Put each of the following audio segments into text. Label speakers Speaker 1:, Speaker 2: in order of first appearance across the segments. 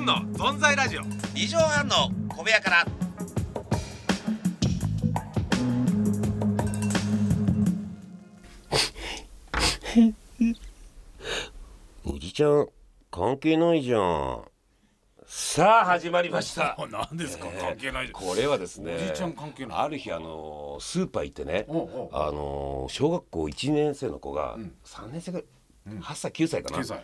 Speaker 1: の存在ラジオ
Speaker 2: 二畳半の小部屋から
Speaker 3: おじちゃん関係ないじゃんさあ始まりま した
Speaker 4: あなんですか、関係ないじゃん
Speaker 3: これはですね
Speaker 4: おじちゃん関係ない
Speaker 3: ある日あのスーパー行ってね
Speaker 4: おうおう
Speaker 3: あの小学校1年生の子が
Speaker 4: ん
Speaker 3: 3年生ぐらい8歳9歳かな
Speaker 4: 経済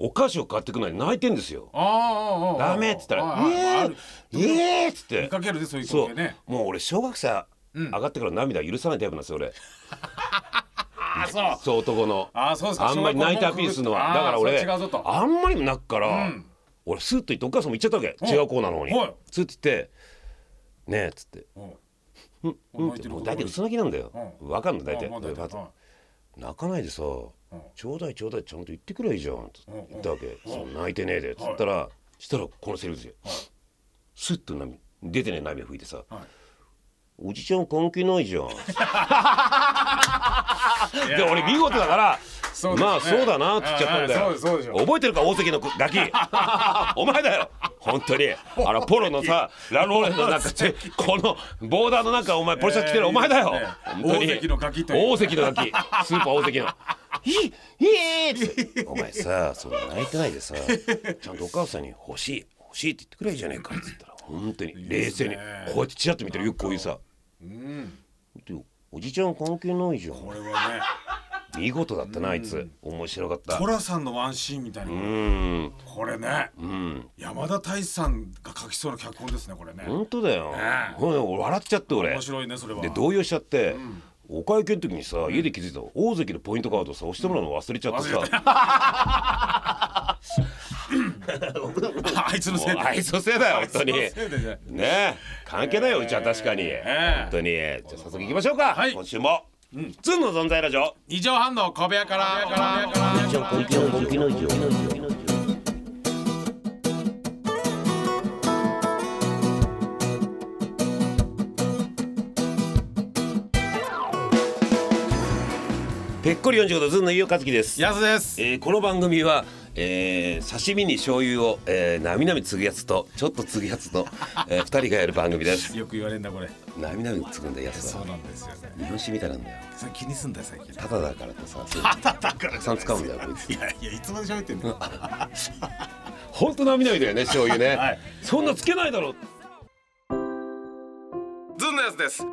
Speaker 3: お菓子を買ってくのに泣いてんですよ
Speaker 4: ああああ
Speaker 3: ダメっつったら「
Speaker 4: あ
Speaker 3: イエ
Speaker 4: あ
Speaker 3: ーイイエー!」っつって
Speaker 4: 見かけるでそういう光
Speaker 3: そう
Speaker 4: 景ね
Speaker 3: もう俺小学生
Speaker 4: うん
Speaker 3: 上がってから涙許さないタイプなんですよ俺
Speaker 4: ああそう
Speaker 3: そう男の
Speaker 4: あそうですか
Speaker 3: あんまり泣いたアピールするのは
Speaker 4: あー
Speaker 3: だから俺
Speaker 4: それ違うぞと
Speaker 3: あんまりも泣くか
Speaker 4: う
Speaker 3: ら
Speaker 4: ん
Speaker 3: 俺スーッと行ってお母さんも行っちゃったわけ
Speaker 4: うん
Speaker 3: 違うコーナーの方に
Speaker 4: はい
Speaker 3: スーッと行って「ねえ」っつって
Speaker 4: うん
Speaker 3: 「うん」ってもう大体薄泣きなんだよわかんの大体
Speaker 4: もう大体
Speaker 3: 泣かないでさ「ちょうだいちょうだいちゃんと言ってくればいいじゃん」って言ったわけ「その泣いてねえで」っつったらしたらこのセリフですよスッと涙出てねえ涙拭いてさ
Speaker 4: はい
Speaker 3: 「おじちゃん関係ないじゃん」
Speaker 4: いや
Speaker 3: で俺見事だから
Speaker 4: そうですね
Speaker 3: まあそうだなって言っちゃったんだ
Speaker 4: ああそう
Speaker 3: よ
Speaker 4: ですそうですよ
Speaker 3: 覚えてるか大関のガ キお前だよ本当にあのポロの さラローレンのなんかってこのボーダーのなんかお前ポロシャツ着てるお前だよ
Speaker 4: いいですね
Speaker 3: 本当に
Speaker 4: 大関のガキという
Speaker 3: 大関のガ キスーパー大関の「いいいい!」ってお前さその泣いてないでさちゃんとお母さんに「欲しい欲しい」って言ってくればいいじゃねえかっつったら本当に冷静に
Speaker 4: いい
Speaker 3: こ
Speaker 4: ですね
Speaker 3: うやってチラッと見てるよこういうさ
Speaker 4: うん
Speaker 3: 「おじちゃん関係ないじゃん」
Speaker 4: これはね
Speaker 3: 見事だったなあいつ面白かった
Speaker 4: 寅さんのワンシーンみたいな
Speaker 3: うーん
Speaker 4: これね
Speaker 3: うん
Speaker 4: 山田太一さんが書きそうな脚本ですねこれね
Speaker 3: 本当だよ
Speaker 4: ねえ
Speaker 3: ほら俺笑っちゃって俺
Speaker 4: 面白いねそれは
Speaker 3: で動揺しちゃってお会計の時にさ家で気づいたの大関のポイントカードさ押してもらうの忘れちゃって
Speaker 4: 忘れ
Speaker 3: さ
Speaker 4: あいつのせい
Speaker 3: もうあい
Speaker 4: で
Speaker 3: つのせいだよ本当に
Speaker 4: あいつのせいでね
Speaker 3: ねえ関係ないようちは確かに
Speaker 4: え
Speaker 3: 本当にじゃあ早速行きましょうか
Speaker 4: はい
Speaker 3: 今週も「ズンの存在ラジオ」
Speaker 4: 二畳半の小部屋から
Speaker 3: ぺっこり45度ずんの飯尾和樹です
Speaker 4: 安です
Speaker 3: えーこの番組は、えー刺身に醤油を、えー、なみなみつぐやつとちょっとつぐやつの、えー、2人がやる番組 です
Speaker 4: よく言われんだこれ
Speaker 3: なみなみつぐんだやつ
Speaker 4: そ
Speaker 3: は
Speaker 4: うなんですよね
Speaker 3: 日本酒みたいなんだよ
Speaker 4: それ気にすんだよ最近
Speaker 3: タダだからって さただだからたくさん使うんだよこいつ
Speaker 4: いやいやいつまで喋ってんの
Speaker 3: ほんとなみなみだよね醤 油ね、
Speaker 4: はい
Speaker 3: そんなつけないだろ
Speaker 1: ズンのやつです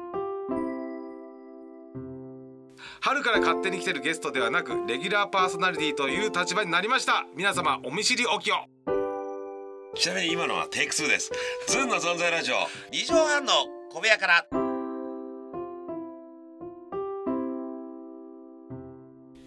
Speaker 1: 春から勝手に来てるゲストではなくレギュラーパーソナリティという立場になりました皆様お見知りおきを
Speaker 3: ちなみに今のはテイク2ですずんの存在ラジオ
Speaker 2: 二畳半の小部屋から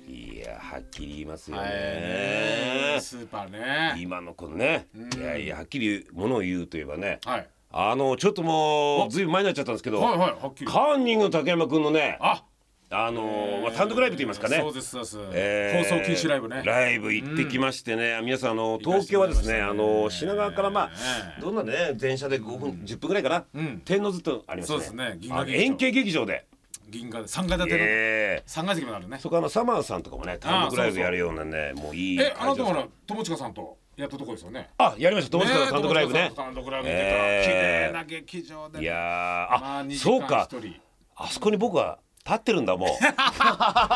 Speaker 3: いやはっきり言いますよね、
Speaker 4: はいスーパーね
Speaker 3: 今の子ね、いやいやはっきりものを言うといえばね
Speaker 4: はい
Speaker 3: あのちょっともう
Speaker 4: お
Speaker 3: ずいぶん前になっちゃったんですけど、
Speaker 4: はいはいはっきり
Speaker 3: カーニングの竹山君のね
Speaker 4: あ
Speaker 3: あのーまあ、単独ライブと言いますかね、
Speaker 4: そうですそうです
Speaker 3: えー
Speaker 4: 放送禁止ライブね
Speaker 3: ライブ行ってきましてね、皆さんあの
Speaker 4: 行か
Speaker 3: 東
Speaker 4: せて
Speaker 3: 京
Speaker 4: も
Speaker 3: は
Speaker 4: らい
Speaker 3: で
Speaker 4: まし
Speaker 3: す
Speaker 4: たね
Speaker 3: ねあの品川からま
Speaker 4: え
Speaker 3: あどんなね電車で5分、10分ぐらいかな、
Speaker 4: うん
Speaker 3: 天王洲とありますね
Speaker 4: そうですね銀
Speaker 3: あ
Speaker 4: 河
Speaker 3: の
Speaker 4: 劇場
Speaker 3: 円形劇場で、
Speaker 4: 銀河で三階建ての
Speaker 3: え
Speaker 4: 三階席もあるね
Speaker 3: ー、そこあのサマーさんとかもね単独ライブやるようなねもういい
Speaker 4: えあな
Speaker 3: 会
Speaker 4: た
Speaker 3: 場さ
Speaker 4: ほ
Speaker 3: ん
Speaker 4: ら友近さんとやったとこですよね
Speaker 3: あやりました友近の単独ライブね
Speaker 4: 友近さんと単独ライブ出
Speaker 3: え
Speaker 4: た綺
Speaker 3: ー
Speaker 4: 麗な劇場で
Speaker 3: い
Speaker 4: ね
Speaker 3: やーあ、
Speaker 4: まあ二時間
Speaker 3: そうか
Speaker 4: 一人
Speaker 3: あそこに僕は立ってるんだ もう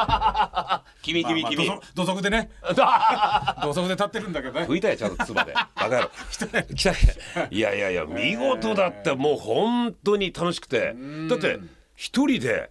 Speaker 3: 君君
Speaker 4: まあ
Speaker 3: 君、
Speaker 4: まあ土足土足 でね土足で立ってるんだけどね
Speaker 3: 拭いたよちゃんと唾でバカ野郎来たいやいやいや見事だったもう本当に楽しくてだって一人で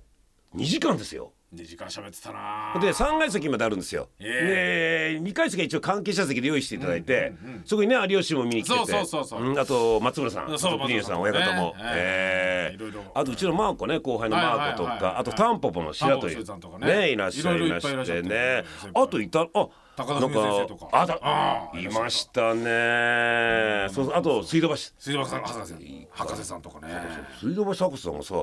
Speaker 3: 2時間ですよ
Speaker 4: 二時間喋ってたな
Speaker 3: で3階席まであるんですよ、
Speaker 4: え
Speaker 3: で2階席は一応関係者席で用意していただいて、そこにね有吉も見に来てて
Speaker 4: そうそうそうそうん
Speaker 3: あと松村さん
Speaker 4: そう
Speaker 3: 松村邦洋さん
Speaker 4: 松
Speaker 3: 親
Speaker 4: 村
Speaker 3: 方
Speaker 4: さん
Speaker 3: も、
Speaker 4: ね
Speaker 3: え
Speaker 4: い
Speaker 3: え
Speaker 4: ろいろ
Speaker 3: あとうちのマーコね後輩のマーコとか、
Speaker 4: はいはいはいはい
Speaker 3: あとタンポポの白鳥
Speaker 4: タンポポさんとかね
Speaker 3: ねいらっしゃ
Speaker 4: いろ
Speaker 3: い
Speaker 4: いろい
Speaker 3: ま
Speaker 4: っぱいいらっ
Speaker 3: し
Speaker 4: しゃってて
Speaker 3: ね
Speaker 4: 先輩
Speaker 3: あといたあ
Speaker 4: 高田
Speaker 3: なん
Speaker 4: 文夫先生とか
Speaker 3: あだ
Speaker 4: あー
Speaker 3: いましたねそうそうあと水道橋
Speaker 4: 水道橋さん博士さん博士さんとかね
Speaker 3: 水道橋博士さんがさ、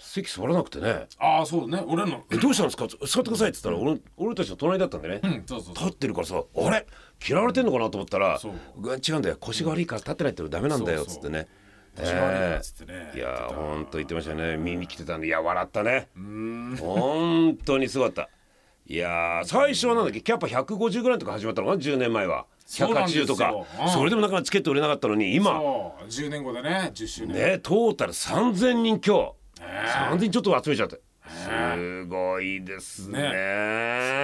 Speaker 3: 席座らなくてね
Speaker 4: ああそうね俺の
Speaker 3: 「えどうしたんですか座ってください」って言ったら俺俺たちの隣だったんでね、
Speaker 4: うんそうそうそう
Speaker 3: 立ってるからさあれ嫌われてんのかなと思ったら
Speaker 4: そう
Speaker 3: 「うわ違うんだよ腰が悪いから立ってないってダメなんだよ」っつってね。
Speaker 4: 腰が悪いからっつってね
Speaker 3: えーいやーほんと言ってましたね耳きてたんでいや笑ったねほんとにすごかったいやー最初はなんだっけキャパ150ぐらいとか始まったのかな10年前は
Speaker 4: そうなんですよ
Speaker 3: 180とかそ,、
Speaker 4: うん
Speaker 3: れでもなかなかチケット売れなかったのに今
Speaker 4: そう10年後でね10周年
Speaker 3: ねトータル3000人強
Speaker 4: え
Speaker 3: 3000人ちょっと集めちゃって
Speaker 4: え
Speaker 3: すごいですね
Speaker 4: ね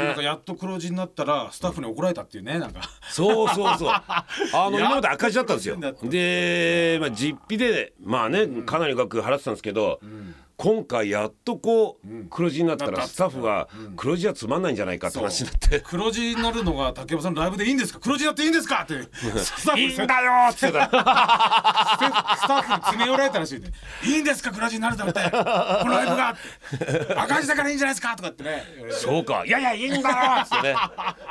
Speaker 4: なんかやっと黒字になったらスタッフに怒られたっていう ねなんか
Speaker 3: そうそう そうあの今まで赤字だったんですよ
Speaker 4: 赤字だっ
Speaker 3: で、まあ、実費でまあねかなり額払ってたんですけど、今回やっとこう黒字になった
Speaker 4: なっ
Speaker 3: ら
Speaker 4: た
Speaker 3: スタッフが黒字はつまんないんじゃないかって話になって
Speaker 4: 黒字になるのが竹山さんのライブでいいんですか黒字になっていいんですかって ス
Speaker 3: 「
Speaker 4: タ
Speaker 3: い
Speaker 4: ッ
Speaker 3: い
Speaker 4: フ
Speaker 3: ん
Speaker 4: スタッフ
Speaker 3: だよ!」って言ってた
Speaker 4: スタッフに詰め寄られたらしいねいいんですか黒字になるだろうってこのライブがって赤字だからいいんじゃないですかとかってね
Speaker 3: そうかいやいやいいんだよ!」っつってね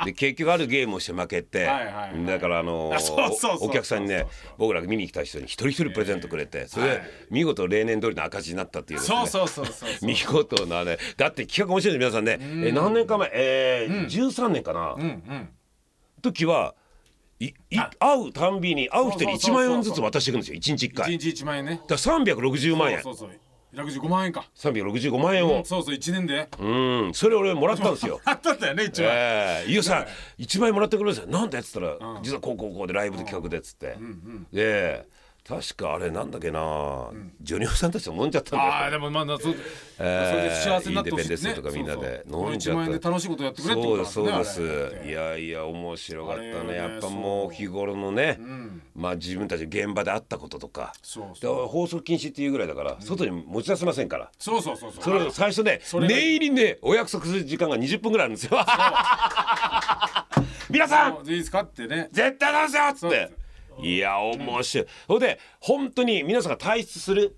Speaker 3: で結局あるゲームをして負けて
Speaker 4: はいはいはい
Speaker 3: だからあの
Speaker 4: あそうそうそう
Speaker 3: おお客さんに
Speaker 4: そう
Speaker 3: ね
Speaker 4: そうそう
Speaker 3: 僕らが見に来た人に一人一人プレゼントくれてそれで見事例年通りの赤字になったっていうですね
Speaker 4: そうそうそうそうそう
Speaker 3: 見事なねだって企画面白いです皆さんね、えー何年か前、えー13年かな、
Speaker 4: うんうん
Speaker 3: 時はいい会うたんびに会う人に1
Speaker 4: そうそうそうそう
Speaker 3: 万円ずつ渡していくんですよ1日1
Speaker 4: 一
Speaker 3: 回
Speaker 4: 日一万円ね
Speaker 3: だから360万円
Speaker 4: そうそうそう165万円か
Speaker 3: 365万円を
Speaker 4: そうそう一年で
Speaker 3: うんそれ俺もらったんです よ
Speaker 4: あったんだよね一番
Speaker 3: ええ飯尾さん1万円もらってくれるんですよなんでっつったら、実はこうこうこうでライブで企画でっつって、で確かあれなんだっけな、ジョニオさんたちと飲んじゃったんだよ
Speaker 4: ああでもまあそう
Speaker 3: えー
Speaker 4: それで幸せになってほしいですね
Speaker 3: インデペンデンスとかみんなで
Speaker 4: そうそう
Speaker 3: 飲んじゃった
Speaker 4: この1万円で楽しいことやってくれってことなんですね
Speaker 3: そうですそう
Speaker 4: あ
Speaker 3: です
Speaker 4: れ
Speaker 3: いやいや面白かった
Speaker 4: あれ
Speaker 3: ね
Speaker 4: ね
Speaker 3: やっぱもう日頃のね、まあ自分たち現場であったこととか
Speaker 4: そう
Speaker 3: で放送禁止っていうぐらいだから外に持ち出せませんから、
Speaker 4: そうそうそうそう
Speaker 3: それ最初ね
Speaker 4: れが
Speaker 3: 念入りにねお約束する時間が20分ぐらいあるんですよ 皆さん
Speaker 4: あいいですかってね
Speaker 3: 絶対なんですよっつ
Speaker 4: そ
Speaker 3: っ
Speaker 4: う
Speaker 3: て
Speaker 4: です。
Speaker 3: いや面白い。ほ、んで本当に皆さんが退出する、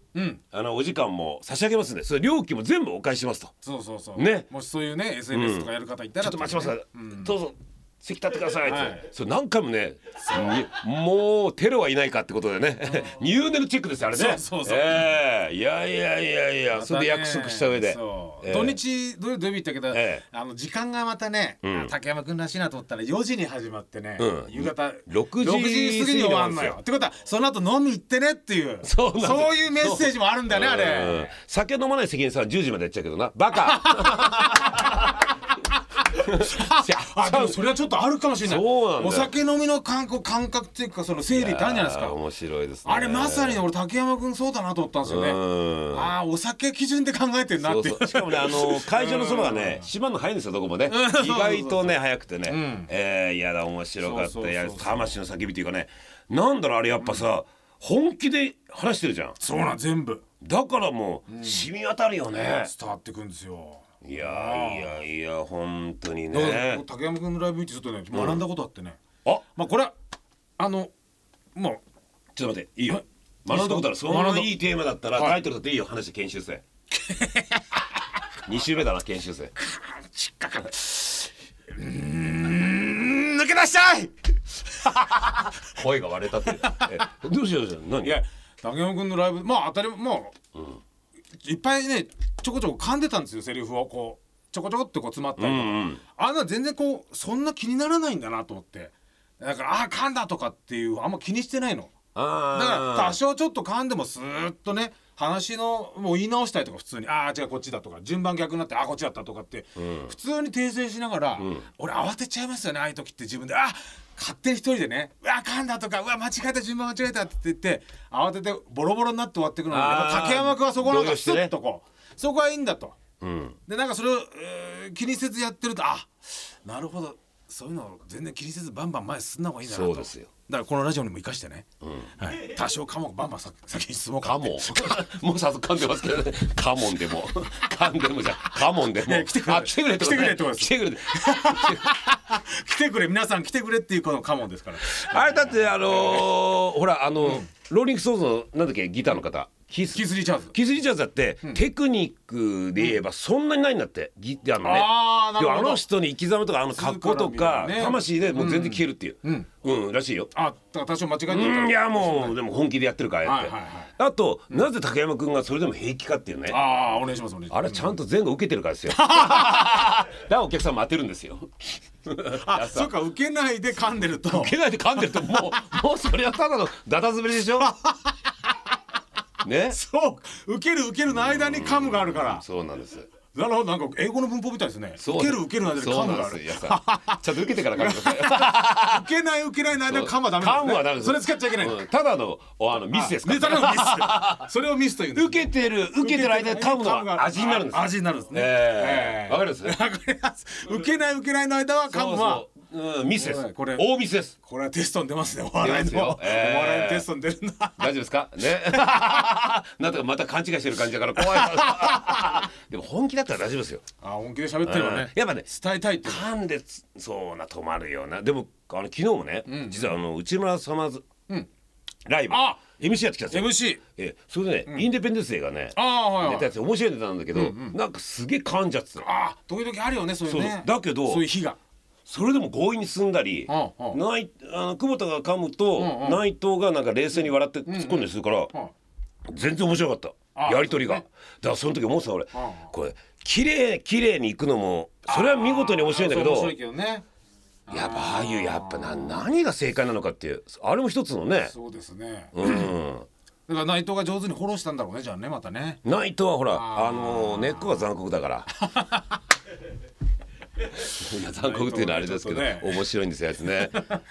Speaker 3: あのお時間も差し上げますんで、それ料金も全部お返ししますと。
Speaker 4: そうそうそう
Speaker 3: ね
Speaker 4: もしそういうね SNS とかやる方いたら
Speaker 3: ちょっと待ちます
Speaker 4: ね
Speaker 3: から、どうぞ席立ってくださいって、
Speaker 4: はい
Speaker 3: それ何回もねにもうテロはいないかってことでね入念のチェックですよあれね
Speaker 4: そうそうそう
Speaker 3: ええいやいやいやいや、それで約束した上で
Speaker 4: そう
Speaker 3: ええ
Speaker 4: 土日土曜土曜日行ったけど、
Speaker 3: ええ
Speaker 4: あの時間がまたね、あ竹山くんらしいなと思ったら4時に始まってね、
Speaker 3: うん
Speaker 4: 夕方
Speaker 3: 6時
Speaker 4: 6過ぎに終わんの
Speaker 3: 過ぎに終わるんですよ
Speaker 4: よ。ってことはその後飲み行ってねっていう
Speaker 3: そうなんですよ
Speaker 4: いうメッセージもあるんだよねあ
Speaker 3: うん
Speaker 4: れ。
Speaker 3: 酒飲まない責任さんは10時までやっちゃうけどなバ カ
Speaker 4: あでもそれはちょっとあるかもしれない。
Speaker 3: そうなんだよ
Speaker 4: お酒飲みの感覚感覚っていうかその整理ってあるんじゃないです
Speaker 3: あー
Speaker 4: か。
Speaker 3: 面白いですね
Speaker 4: あれまさに俺竹山くんそうだなと思ったんですよ
Speaker 3: う
Speaker 4: ね。
Speaker 3: ん
Speaker 4: ああお酒基準で考えてるな
Speaker 3: そ
Speaker 4: っ
Speaker 3: う
Speaker 4: ていう。
Speaker 3: そうしかもねあの会場のそばがね島の早いんですよどこもね意外とね早くてね、えーいやだ面白かった
Speaker 4: そうそうそうそう
Speaker 3: いや魂の叫びというかねなんだろうあれやっぱさ、本気で話してるじゃん
Speaker 4: そうなん全部
Speaker 3: だからもう染み渡るよね、
Speaker 4: 伝わってくんですよ。
Speaker 3: いやいやいや本当に
Speaker 4: だから
Speaker 3: ね
Speaker 4: 竹山君のライブ見てちょっとね学んだことあってね、
Speaker 3: あ
Speaker 4: まあこれはあのまあ
Speaker 3: ちょっと待っていいよ
Speaker 4: え
Speaker 3: 学んだことあるそん
Speaker 4: 学ん
Speaker 3: な
Speaker 4: だ
Speaker 3: いいテーマだったら
Speaker 4: はい
Speaker 3: タイトルだっていいよ話して研修生二週目だな研修生
Speaker 4: 引っかかるうーん抜け出したい
Speaker 3: 声が割れた っていうえどうしようどうしよう何
Speaker 4: いや竹山君のライブまあ当たり前まあ、いっぱいねちょこちょこ噛んでたんですよセリフをこうちょこちょこってこう詰まったりとか、あんな全然こうそんな気にならないんだなと思ってだからああー噛んだとかっていうあんま気にしてないの
Speaker 3: あ
Speaker 4: だ
Speaker 3: ー
Speaker 4: から多少ちょっと噛んでもスーッとね話のもう言い直したりとか普通に「ああ違うこっちだ」とか順番逆になって「ああこっちだった」とかって、普通に訂正しながら、俺慌てちゃいますよねああいう時って自分で「あ勝手に一人でね「うわ噛んだ」とか「うわ間違えた順番間違えた」って言って慌ててボロボロになって終わってくのに
Speaker 3: あー
Speaker 4: やっぱ竹山君はそこな
Speaker 3: 動
Speaker 4: ん
Speaker 3: 揺
Speaker 4: か
Speaker 3: し
Speaker 4: ス
Speaker 3: てね
Speaker 4: ッとこう、そこはいいんだと。でなんかそれを、えー気にせずやってるとあなるほどそういうのを全然気にせずバンバン前に進んだ方がいいんだなと
Speaker 3: そうですよ
Speaker 4: だからこのラジオにも生かしてね、はい、多少カモバンバンさ先に進もう
Speaker 3: カ
Speaker 4: か
Speaker 3: モンもう早速噛んでますけどねカモンでも噛んでもじゃカモンでも
Speaker 4: ね来てくれ
Speaker 3: あ来てくれってことね
Speaker 4: 来てくれってことです
Speaker 3: 来てくれって
Speaker 4: 来てくれ皆さん来てくれっていうこのカモンですから
Speaker 3: あれだってあ のーほらあのーローリングソーズのなんだっけギターの方キス
Speaker 4: キス・リチャーズ
Speaker 3: キスリチャーズだって、テクニックで言えばそんなにないんだってギターのね
Speaker 4: あーなるほど
Speaker 3: でもあの人に生き様とかあの格好とか、
Speaker 4: 鈴から見るね
Speaker 3: 魂でもう全然消えるっていううん、らしいよ
Speaker 4: あだから多少間違えてる
Speaker 3: うんいやもうでも本気でやってるからああやって、
Speaker 4: はいはいはい
Speaker 3: あと、なぜ竹山君がそれでも平気かっていうね
Speaker 4: ああお願いしますお願いします
Speaker 3: あれちゃんと前後受けてるから ですよ。だからお客さんも当てるんですよ。
Speaker 4: あそうか受けないで噛んでると
Speaker 3: 受けないで噛んでるとも うもうそれはただのダダ滑りでしょ。ね。
Speaker 4: そう受ける受けるの間にカムがあるから
Speaker 3: そうなんです。
Speaker 4: なるほどなんか英語の文法みたいですね受ける受けるの間で
Speaker 3: そう
Speaker 4: 噛む
Speaker 3: な
Speaker 4: が
Speaker 3: ん
Speaker 4: ある
Speaker 3: ですよやさちゃんと受けてから噛んでください
Speaker 4: 受けない受けないの間で 噛むはダメ
Speaker 3: 噛むは
Speaker 4: な
Speaker 3: ダ
Speaker 4: ん
Speaker 3: メ
Speaker 4: ですねそれ使っちゃいけない
Speaker 3: うんただのおあのミスですか
Speaker 4: ネタのミスそれをミスというんです
Speaker 3: 受けてる受けてる間に噛むのは味になるんです
Speaker 4: あ味になるんですね
Speaker 3: ええわかります
Speaker 4: わかります受けない受けないの間は噛む
Speaker 3: そ
Speaker 4: は
Speaker 3: うそううんミスで
Speaker 4: は
Speaker 3: す
Speaker 4: いこれ
Speaker 3: 大ミスです
Speaker 4: これはテストに出ますねお笑
Speaker 3: 出
Speaker 4: い
Speaker 3: ます
Speaker 4: の
Speaker 3: よえ
Speaker 4: お
Speaker 3: え
Speaker 4: 笑いのテストに出るんだ
Speaker 3: 大丈夫ですかね なんとかまた勘違いしてる感じだから怖い でも本気だったら大丈夫ですよ
Speaker 4: あ本気で喋ってれば
Speaker 3: うん
Speaker 4: ね
Speaker 3: やっぱね
Speaker 4: 伝えたいって
Speaker 3: 噛んでつそうな止まるようなでもあの昨日もね、実はあの内村様ず、ライブ
Speaker 4: あ
Speaker 3: MC やってきたんですよ
Speaker 4: MC
Speaker 3: ええそれでね、インデペンデンスデーがね
Speaker 4: ああはい
Speaker 3: ネタ
Speaker 4: は
Speaker 3: や
Speaker 4: い
Speaker 3: つ面白いネタなんだけど、なんかすげえ噛んじゃってたの
Speaker 4: あ時々あるよねそういう
Speaker 3: そう
Speaker 4: ね
Speaker 3: だけど
Speaker 4: そういう日が
Speaker 3: それでも強引に進んだり、
Speaker 4: うんうん
Speaker 3: ないあの久保田が噛むと、
Speaker 4: んうん
Speaker 3: 内藤がなんか冷静に笑って突っ込んでするから、
Speaker 4: はい
Speaker 3: 全然面白かった
Speaker 4: あ
Speaker 3: やり取りが、
Speaker 4: そうね
Speaker 3: だからその時思ってた俺、
Speaker 4: んうん
Speaker 3: これ綺麗綺麗にいくのもそれは見事に面白いんだけ
Speaker 4: そう面
Speaker 3: ど
Speaker 4: 白いけどね
Speaker 3: やっぱああいうやっぱな何が正解なのかっていうあれも一つのね
Speaker 4: そうですね
Speaker 3: うん
Speaker 4: だから内藤が上手にフォローしたんだろうねじゃあねまたね
Speaker 3: 内藤はほらあの根っこが残酷だからいや残酷っていうのはあれですけど、
Speaker 4: 内藤はちょっと
Speaker 3: 面白いんですよあいつね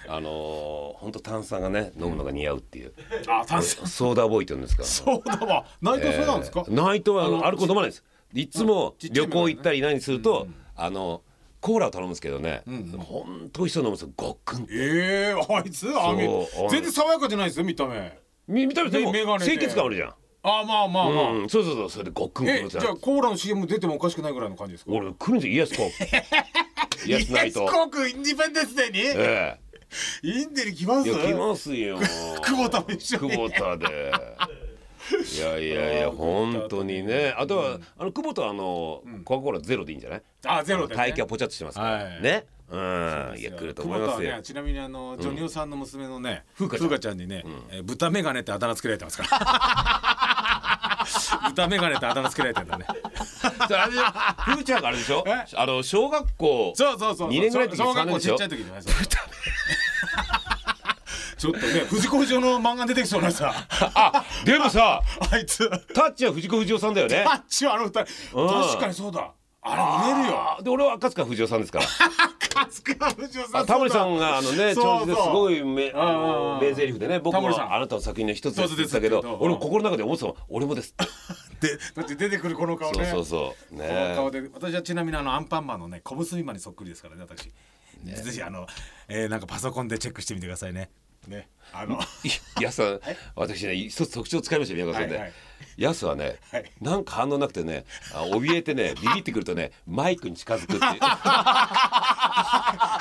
Speaker 3: あの本、当炭酸がね飲むのが似合うっていう
Speaker 4: あ炭酸
Speaker 3: ソーダボーイって言うんですから
Speaker 4: そうだわ内藤そうなんですか
Speaker 3: えー内藤はあのアルコール飲まないですいつも
Speaker 4: ちっちゃい
Speaker 3: 旅
Speaker 4: ものね
Speaker 3: 行行ったり何すると、あのコーラを頼むんですけどね、本当美味しそうに飲むんですよごっくん
Speaker 4: ええあいつあみ
Speaker 3: そう
Speaker 4: 全然爽やかじゃないですよ見た目
Speaker 3: 見見た目でも
Speaker 4: メガネで
Speaker 3: 清潔感あるじゃん
Speaker 4: あまあまあまあ、
Speaker 3: うん、そうそうそうそれでごっくんく
Speaker 4: え
Speaker 3: る
Speaker 4: じ
Speaker 3: じ
Speaker 4: ゃ
Speaker 3: ゃ
Speaker 4: あ
Speaker 3: ん
Speaker 4: コーラの CM 出てもおかしくないぐらいの感じですか
Speaker 3: 俺来るんですよイエスコー クイエスナイト
Speaker 4: コークインディペンデンスデーに
Speaker 3: え
Speaker 4: インデに来ます
Speaker 3: えいや来ますよ
Speaker 4: 久保田も一緒に
Speaker 3: 久保田でいやいやい や本当にねあとは、あの久保田はあの、コカ・コーラゼロでいいんじゃない
Speaker 4: あゼロで、ね、
Speaker 3: 体型はポチャっとしてますから、
Speaker 4: はい
Speaker 3: ねうんい
Speaker 4: い
Speaker 3: や
Speaker 4: や
Speaker 3: 来ると思います
Speaker 4: 久保田
Speaker 3: よ、
Speaker 4: はねちなみにあのジョニオさんの娘のね、
Speaker 3: 風花ちゃん
Speaker 4: ちゃんにね、えー豚メガネってあだ名つけられ てますから豚メガネってあだ名つけられてんだね
Speaker 3: それあれでしょふーちゃんがあれでしょ
Speaker 4: え
Speaker 3: あの小学校
Speaker 4: そうそうそう
Speaker 3: 二年ぐらいの時
Speaker 4: 小学
Speaker 3: 三年
Speaker 4: 校
Speaker 3: でし
Speaker 4: ち
Speaker 3: ょ
Speaker 4: っちゃい時じゃないですかちょっとね藤子不二雄の漫画に出てきそうなさ
Speaker 3: あでもさ
Speaker 4: あいつ
Speaker 3: タッチは藤子不二雄さんだよね
Speaker 4: あっちはあの二人
Speaker 3: うん
Speaker 4: 確かにそうだあれ見えるよ
Speaker 3: あで俺は赤塚不二夫さんですから
Speaker 4: 春日部長さ
Speaker 3: あ
Speaker 4: ん
Speaker 3: タモリさんがあのね
Speaker 4: そ
Speaker 3: 調子
Speaker 4: うそう
Speaker 3: ですごいめあの
Speaker 4: うん
Speaker 3: 名台詞でね僕
Speaker 4: タモリさん
Speaker 3: もあなたの作品の一つですって言ってたけ
Speaker 4: 一つで
Speaker 3: ど
Speaker 4: すって言
Speaker 3: 俺も
Speaker 4: うと
Speaker 3: 心の中で思ってたもん俺もですって
Speaker 4: でだって出てくるこの顔
Speaker 3: そう
Speaker 4: ね
Speaker 3: そうそう
Speaker 4: この
Speaker 3: ね
Speaker 4: 顔で私はちなみにあのアンパンマンのね小結びマンにそっくりですからね私ぜひあのえーなんかパソコンでチェックしてみてくださいねねあの
Speaker 3: いやすは私ね一つ特徴をつかみました宮川さん
Speaker 4: はいは
Speaker 3: で
Speaker 4: い
Speaker 3: やすはね
Speaker 4: はい
Speaker 3: なんか反応なくてねあ怯えてねビビってくるとねマイクに近づくっていう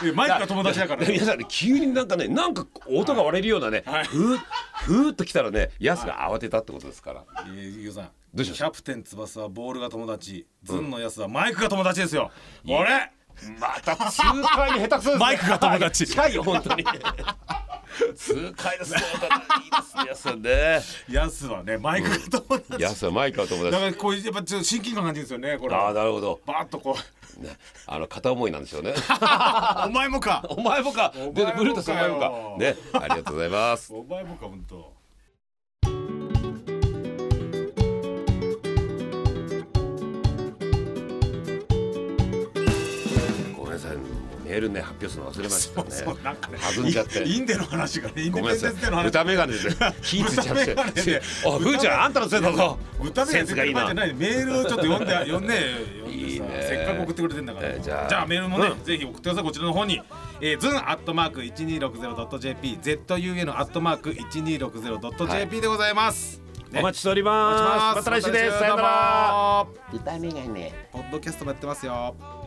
Speaker 4: えマイクが友達だから
Speaker 3: で皆さんね急になんかねなんか音が割れるようなね
Speaker 4: はい
Speaker 3: ふーふーっと来たらねやすが慌てたってことですから
Speaker 4: えーゆうさん
Speaker 3: どうし
Speaker 4: キ
Speaker 3: ました
Speaker 4: ャプテン翼はボールが友達ズンのやつはマイクが友達ですよこれ
Speaker 3: また痛快に下手くそですね
Speaker 4: マイクが友達
Speaker 3: 近いよ本当に痛快ですねいいですねやす
Speaker 4: やすはねマイクが友達
Speaker 3: ねやすはマイクは友
Speaker 4: だか
Speaker 3: 達
Speaker 4: らこういうやっぱちょっと親近感感じるんですよねこれ
Speaker 3: ああ
Speaker 4: バ
Speaker 3: なるほど
Speaker 4: ーッとこう
Speaker 3: ねあの片思いなんでしょう ね
Speaker 4: お前もか
Speaker 3: お前もか
Speaker 4: 前もかよ
Speaker 3: ブルータスお前もかねありがとうございます
Speaker 4: お前もか本当
Speaker 3: ごめんなさいもうメールね発表するの忘れましたね
Speaker 4: そうなんかね
Speaker 3: 弾んじゃって
Speaker 4: インデの話がねイン
Speaker 3: ご
Speaker 4: デ
Speaker 3: め
Speaker 4: ペ
Speaker 3: ん
Speaker 4: ン
Speaker 3: なさい
Speaker 4: デンスデーの。話
Speaker 3: 豚メガネで気ぃついちゃ
Speaker 4: 豚眼
Speaker 3: っ
Speaker 4: 鏡
Speaker 3: て
Speaker 4: で。
Speaker 3: あ、ふーちゃん、あんたのせいだぞ。
Speaker 4: 歌目
Speaker 3: セ
Speaker 4: が
Speaker 3: ン
Speaker 4: 出
Speaker 3: ス
Speaker 4: て
Speaker 3: が
Speaker 4: く
Speaker 3: いい
Speaker 4: る場合じゃ
Speaker 3: な。
Speaker 4: ないメールをちょっと読んで読んで読んでさ
Speaker 3: いいね
Speaker 4: せっかく送ってくれてんだから、
Speaker 3: えーじゃあ
Speaker 4: メールもね、
Speaker 3: うん
Speaker 4: ぜひ送ってくださいこちらの方に、えー、ズンアットマーク 1260.jp ZUN アットマーク 1260.jp でございます、
Speaker 3: お
Speaker 4: ね
Speaker 3: 待ちしております。また来週です。さよなら。
Speaker 4: 豚メガネポッドキャストもやってますよ